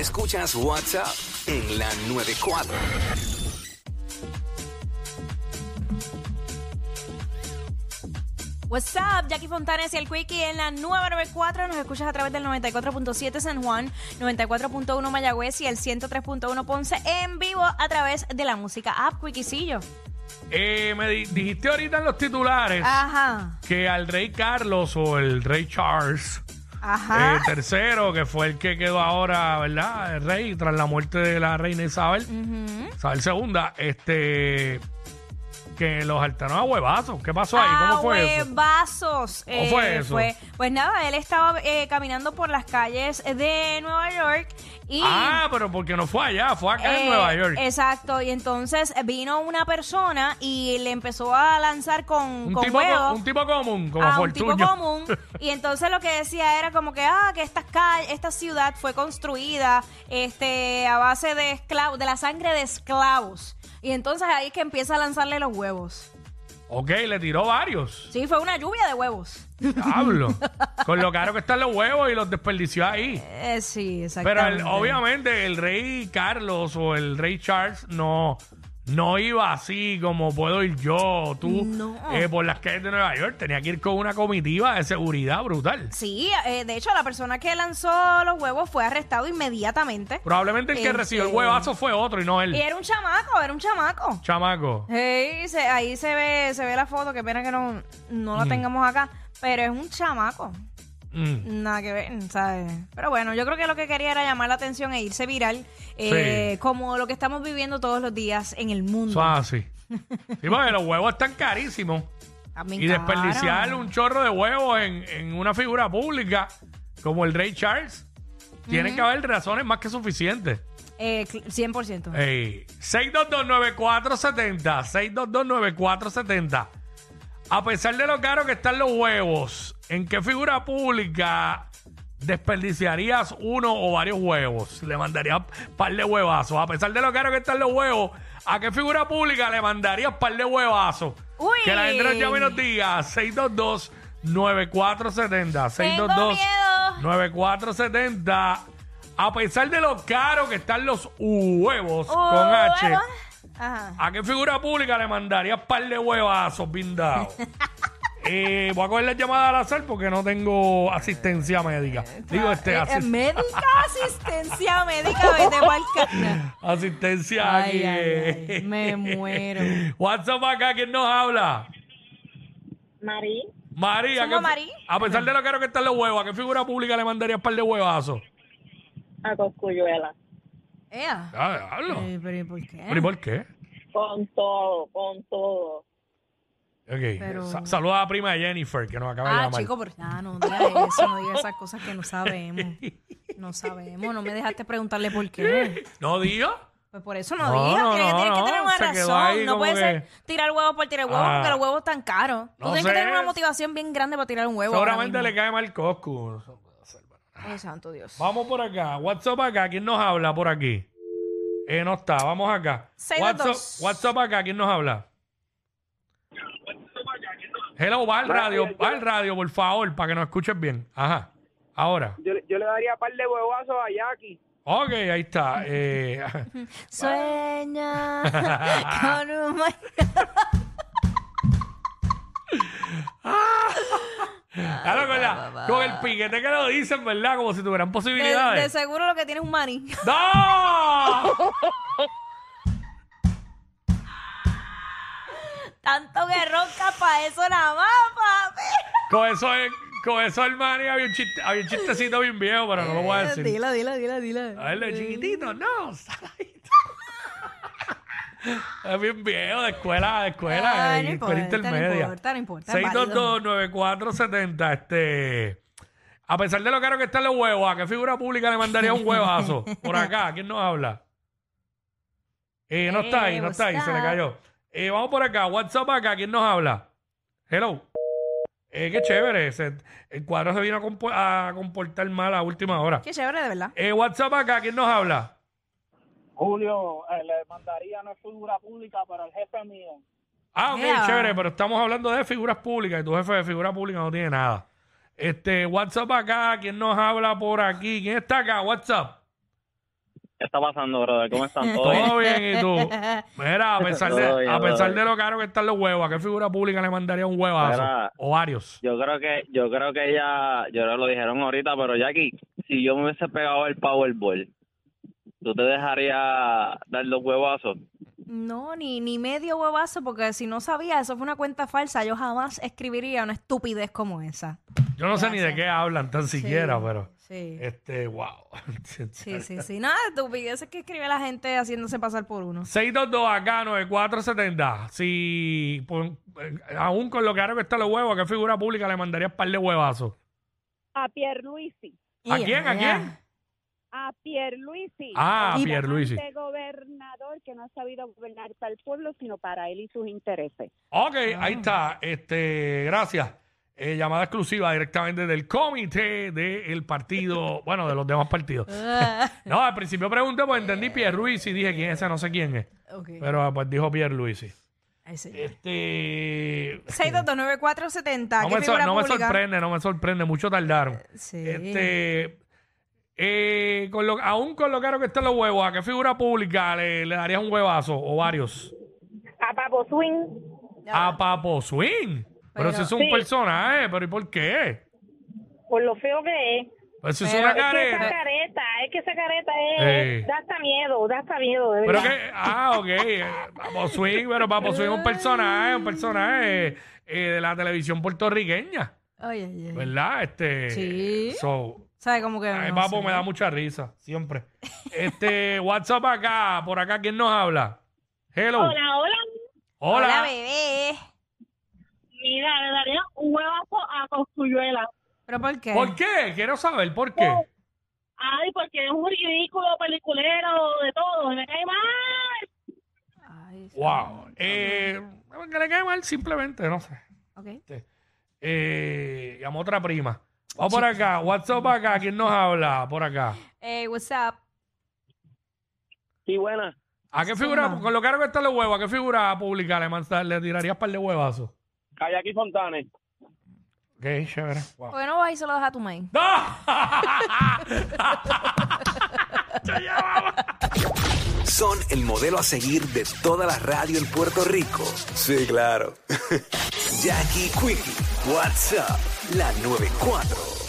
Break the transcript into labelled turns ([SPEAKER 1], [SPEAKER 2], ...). [SPEAKER 1] Escuchas WhatsApp en la 94.
[SPEAKER 2] What's up, Jackie Fontanes y el Quickie en la 994. Nos escuchas a través del 94.7 San Juan, 94.1 Mayagüez y el 103.1 Ponce en vivo a través de la música app Quickiecillo.
[SPEAKER 3] Eh, me di- dijiste ahorita en los titulares
[SPEAKER 2] Ah. Ajá,
[SPEAKER 3] que al rey Carlos o el rey Charles,
[SPEAKER 2] ajá.
[SPEAKER 3] eh, tercero, que fue el que quedó ahora, ¿verdad? El rey tras la muerte de la reina Isabel, Isabel segunda, este, que los alternaron a huevazos. ¿Qué pasó ahí? ¿Cómo fue
[SPEAKER 2] Ah,
[SPEAKER 3] eso?
[SPEAKER 2] huevazos.
[SPEAKER 3] ¿Cómo fue eso?
[SPEAKER 2] pues nada, él estaba eh, caminando por las calles de Nueva York y...
[SPEAKER 3] Ah, pero porque no fue allá, fue acá en
[SPEAKER 2] Eh,
[SPEAKER 3] Nueva York.
[SPEAKER 2] Exacto, y entonces vino una persona y le empezó a lanzar con,
[SPEAKER 3] un,
[SPEAKER 2] con
[SPEAKER 3] tipo,
[SPEAKER 2] huevos
[SPEAKER 3] co- un tipo común, como
[SPEAKER 2] a un
[SPEAKER 3] Fortunio.
[SPEAKER 2] tipo común. Y entonces lo que decía era como que, ah, que esta, calle, esta ciudad fue construida este, a base de esclavos, de la sangre de esclavos. Y entonces ahí es que empieza a lanzarle los huevos.
[SPEAKER 3] ok, le tiró varios.
[SPEAKER 2] Sí, fue una lluvia de huevos.
[SPEAKER 3] Diablo. Con lo caro que están los huevos y los desperdició ahí.
[SPEAKER 2] Eh, sí,
[SPEAKER 3] Pero
[SPEAKER 2] exactamente.
[SPEAKER 3] el- obviamente el rey Carlos o el rey Charles no, no iba así como puedo ir yo o tú
[SPEAKER 2] No.
[SPEAKER 3] eh, por las calles de Nueva York. Tenía que ir con una comitiva de seguridad brutal.
[SPEAKER 2] Sí, eh, de hecho la persona que lanzó los huevos fue arrestado inmediatamente.
[SPEAKER 3] Probablemente el que
[SPEAKER 2] Este-
[SPEAKER 3] recibió el huevazo fue otro y no él.
[SPEAKER 2] Y era un chamaco, era un chamaco.
[SPEAKER 3] Chamaco.
[SPEAKER 2] Sí, se- ahí se ve, se ve la foto, qué pena que no, no la tengamos acá, pero es un chamaco.
[SPEAKER 3] Mm.
[SPEAKER 2] Nada que ver, ¿sabes? Pero bueno, yo creo que lo que quería era llamar la atención e irse viral, eh,
[SPEAKER 3] Sí.
[SPEAKER 2] como lo que estamos viviendo todos los días en el mundo.
[SPEAKER 3] Eso es así. Sí, porque los huevos están carísimos.
[SPEAKER 2] También
[SPEAKER 3] Y
[SPEAKER 2] caro.
[SPEAKER 3] desperdiciar un chorro de huevos en, en una figura pública como el rey Charles. Tienen que haber razones más que suficientes.
[SPEAKER 2] Eh, cl- 100%.
[SPEAKER 3] Ey, 6229470, 6229470. A pesar de lo caro que están los huevos, ¿en qué figura pública desperdiciarías uno o varios huevos? Le mandarías par de huevazos. A pesar de lo caro que están los huevos, ¿a qué figura pública le mandarías par de huevazos?
[SPEAKER 2] Uy.
[SPEAKER 3] Que la gente nos llame y nos diga 622 9470
[SPEAKER 2] Tengo miedo.
[SPEAKER 3] 9470. A pesar de lo caro que están los huevos
[SPEAKER 2] Oh,
[SPEAKER 3] con
[SPEAKER 2] Huevos.
[SPEAKER 3] H,
[SPEAKER 2] Ajá.
[SPEAKER 3] ¿a qué figura pública le mandaría un par de huevazos blindados? Eh, voy a coger la llamada al azar porque no tengo asistencia médica. Digo, este,
[SPEAKER 2] Eh, eh,
[SPEAKER 3] asis-
[SPEAKER 2] médica asistencia médica, vete pa'l ca-
[SPEAKER 3] asistencia
[SPEAKER 2] Ay,
[SPEAKER 3] aquí. eh.
[SPEAKER 2] ay, ay, me muero.
[SPEAKER 3] WhatsApp acá, ¿quién nos habla?
[SPEAKER 4] Marí,
[SPEAKER 3] María,
[SPEAKER 2] Somos
[SPEAKER 3] ¿qué-
[SPEAKER 2] Marí.
[SPEAKER 3] a pesar de lo caro que están los huevos, ¿a qué figura pública le mandaría un par de huevazos?
[SPEAKER 4] a Coscuyuela.
[SPEAKER 2] Ea.
[SPEAKER 3] Ah, diablo.
[SPEAKER 2] Eh, pero ¿y por qué?
[SPEAKER 3] ¿Pero y por qué?
[SPEAKER 4] Con todo, con todo.
[SPEAKER 3] Ok.
[SPEAKER 2] Pero-
[SPEAKER 3] Sa- saluda a la prima de Jennifer que nos acaba de
[SPEAKER 2] Ah,
[SPEAKER 3] llamar.
[SPEAKER 2] chico, pero ah, no digas eso, no digas esas cosas que no sabemos. No sabemos, no me dejaste preguntarle por qué.
[SPEAKER 3] ¿No digo?
[SPEAKER 2] Pues por eso no,
[SPEAKER 3] No,
[SPEAKER 2] digas,
[SPEAKER 3] no,
[SPEAKER 2] tienes, tienes
[SPEAKER 3] no,
[SPEAKER 2] que tener una
[SPEAKER 3] se quedó
[SPEAKER 2] razón.
[SPEAKER 3] ahí
[SPEAKER 2] No
[SPEAKER 3] como
[SPEAKER 2] puede
[SPEAKER 3] que-
[SPEAKER 2] ser tirar huevos por tirar huevos
[SPEAKER 3] Ah.
[SPEAKER 2] porque los huevos están caros. Tú
[SPEAKER 3] No
[SPEAKER 2] tienes que
[SPEAKER 3] sé.
[SPEAKER 2] tener una motivación bien grande para tirar un huevo. ahora
[SPEAKER 3] Seguramente le
[SPEAKER 2] mismo.
[SPEAKER 3] cae mal Coscu.
[SPEAKER 2] Ay, santo Dios.
[SPEAKER 3] Vamos por acá. WhatsApp acá. ¿Quién nos habla por aquí? Eh, no está. Vamos acá.
[SPEAKER 2] Seis, dos, dos.
[SPEAKER 3] WhatsApp, WhatsApp acá. ¿Quién nos habla? Hello, va al radio, va al radio, por favor, para que nos escuches bien. Ajá. Ahora.
[SPEAKER 5] yo, yo le daría par de huevazos a Jackie.
[SPEAKER 3] Ok, ahí está. Eh,
[SPEAKER 2] Sueña con un ma-
[SPEAKER 3] Claro, con, la- con el piquete que lo dicen, ¿verdad? Como si tuvieran
[SPEAKER 2] De, de
[SPEAKER 3] posibilidades.
[SPEAKER 2] seguro lo que tiene es un maní.
[SPEAKER 3] ¡No!
[SPEAKER 2] Tanto que ronca para eso nada más, papi.
[SPEAKER 3] Con eso, es- con eso el Manny había un, chiste- había un chistecito bien viejo, pero no lo voy a decir.
[SPEAKER 2] Eh, Dilo, dilo, dilo, dilo.
[SPEAKER 3] A ver, de chiquitito, no, saladito. Es bien viejo, de escuela, de escuela,
[SPEAKER 2] Ay,
[SPEAKER 3] de
[SPEAKER 2] no importa,
[SPEAKER 3] escuela
[SPEAKER 2] no
[SPEAKER 3] intermedia.
[SPEAKER 2] importa, no importa, es
[SPEAKER 3] 6229470, este... A pesar de lo caro que están los huevos, ¿a qué figura pública le mandaría un huevazo? Por acá, ¿quién nos habla? Eh, no está ahí, no está ahí, se le cayó. Eh, vamos por acá, WhatsApp acá, ¿quién nos habla? Hello. Eh, qué chévere, ese- el cuadro se vino a, compo- a comportar mal a última hora.
[SPEAKER 2] Qué chévere, de verdad.
[SPEAKER 3] Eh, WhatsApp acá, ¿quién nos habla?
[SPEAKER 5] Julio, eh, le mandaría no es figura pública, pero el jefe mío.
[SPEAKER 3] Ah, ok,
[SPEAKER 2] Mira.
[SPEAKER 3] chévere, pero estamos hablando de figuras públicas y tu jefe de figura pública no tiene nada. Este, WhatsApp acá, ¿quién nos habla por aquí? ¿Quién está acá? WhatsApp.
[SPEAKER 6] ¿Qué está pasando, brother? ¿Cómo están todos?
[SPEAKER 3] Todo bien, ¿y tú? Mira, a pesar,
[SPEAKER 6] Todo
[SPEAKER 3] de,
[SPEAKER 6] bien,
[SPEAKER 3] a
[SPEAKER 6] todo
[SPEAKER 3] pesar
[SPEAKER 6] bien.
[SPEAKER 3] de lo caro que están los huevos, ¿a qué figura pública le mandaría un huevazo?
[SPEAKER 6] Mira.
[SPEAKER 3] O varios.
[SPEAKER 6] Yo creo que, yo creo que ya, yo creo que lo dijeron ahorita, pero Jackie, si yo me hubiese pegado el Powerball, ¿tú te dejarías dar los huevazos?
[SPEAKER 2] No, ni, ni medio huevazo, porque si no sabía, eso fue una cuenta falsa. Yo jamás escribiría una estupidez como esa.
[SPEAKER 3] Yo no sé ni de qué hablan tan siquiera,
[SPEAKER 2] Sí,
[SPEAKER 3] pero...
[SPEAKER 2] Sí.
[SPEAKER 3] Este, wow.
[SPEAKER 2] Sí, sí, sí. Nada, estupideces que escribe la gente haciéndose pasar por uno.
[SPEAKER 3] 622 acá, 9470. Si, pon- eh, aún con lo caro que están los huevos, ¿a qué figura pública le mandarías un par de huevazos?
[SPEAKER 4] A Pierluisi.
[SPEAKER 3] ¿A
[SPEAKER 2] Y-
[SPEAKER 3] quién? ¿A quién?
[SPEAKER 4] A Pierluisi.
[SPEAKER 3] Ah,
[SPEAKER 2] Y-
[SPEAKER 3] Pierluisi.
[SPEAKER 4] Este gobernador que no ha sabido gobernar para el pueblo, sino para él y sus intereses.
[SPEAKER 3] Ok, ahí está. Este, gracias. Eh, llamada exclusiva directamente del comité del partido, bueno, de los demás partidos. no, al principio pregunté, pues entendí Pierre Luis y dije quién es ese, no sé quién es.
[SPEAKER 2] Ok.
[SPEAKER 3] Pero ah, pues dijo Pierre Luis.
[SPEAKER 2] Ay, sí.
[SPEAKER 3] Este.
[SPEAKER 2] 6229470.
[SPEAKER 3] No
[SPEAKER 2] ¿Qué
[SPEAKER 3] me, so-
[SPEAKER 2] figura
[SPEAKER 3] no me
[SPEAKER 2] pública?
[SPEAKER 3] sorprende, no me sorprende, mucho tardaron.
[SPEAKER 2] Sí.
[SPEAKER 3] Este. eh, con lo, aún con lo caro que están los huevos, ¿a qué figura pública le, le darías un huevazo o varios?
[SPEAKER 4] A Papo Swing.
[SPEAKER 3] A Papo Swing. Pero,
[SPEAKER 2] Pero-
[SPEAKER 3] si es un
[SPEAKER 4] Sí.
[SPEAKER 3] personaje, pero ¿y por qué?
[SPEAKER 4] Por lo feo que es.
[SPEAKER 3] Pues si es
[SPEAKER 2] Pero- Es que
[SPEAKER 3] una
[SPEAKER 4] Es que esa
[SPEAKER 3] careta.
[SPEAKER 4] careta, es que esa careta es,
[SPEAKER 3] Eh.
[SPEAKER 4] da hasta miedo, da hasta miedo, de
[SPEAKER 3] Pero
[SPEAKER 4] verdad.
[SPEAKER 3] que, ah, ok. eh, Papo Swing, pero Papo Swing es un personaje, un personaje eh, eh, de la televisión puertorriqueña,
[SPEAKER 2] Ay, ay, ay.
[SPEAKER 3] ¿verdad? Este,
[SPEAKER 2] Sí.
[SPEAKER 3] So,
[SPEAKER 2] ¿Sabes cómo que?
[SPEAKER 3] ay,
[SPEAKER 2] no
[SPEAKER 3] Papo
[SPEAKER 2] sé.
[SPEAKER 3] me da mucha risa, siempre. Este, WhatsApp acá, por acá, ¿quién nos habla? Hello.
[SPEAKER 4] Hola, hola.
[SPEAKER 3] Hola.
[SPEAKER 2] Hola, bebé.
[SPEAKER 4] Mira, le daría un huevazo a Cosculluela.
[SPEAKER 2] ¿Pero por qué?
[SPEAKER 3] ¿Por qué? Quiero saber por qué.
[SPEAKER 4] Ay, porque es un ridículo peliculero de todo, me cae mal.
[SPEAKER 2] Ay,
[SPEAKER 3] Wow. Eh, que le cae mal, simplemente, no sé.
[SPEAKER 2] ok.
[SPEAKER 3] Eh, llamó otra prima. Vamos por acá, WhatsApp acá, ¿quién nos habla? Por acá.
[SPEAKER 2] Hey, Eh, what's up?
[SPEAKER 6] Sí, buena.
[SPEAKER 3] ¿A qué figura,
[SPEAKER 2] Zumba.
[SPEAKER 3] con lo caro que están los huevos, a qué figura pública le, manda- le tirarías par de huevazos?
[SPEAKER 6] Kayaki Fontanes.
[SPEAKER 3] Ok, chévere. Wow.
[SPEAKER 2] ¿Por qué no vas y se lo dejas a tu main?
[SPEAKER 3] ¡No! Yo llamaba.
[SPEAKER 1] Son el modelo a seguir de toda la radio en Puerto Rico. Sí, claro. Jackie Quickie, WhatsApp, la 94.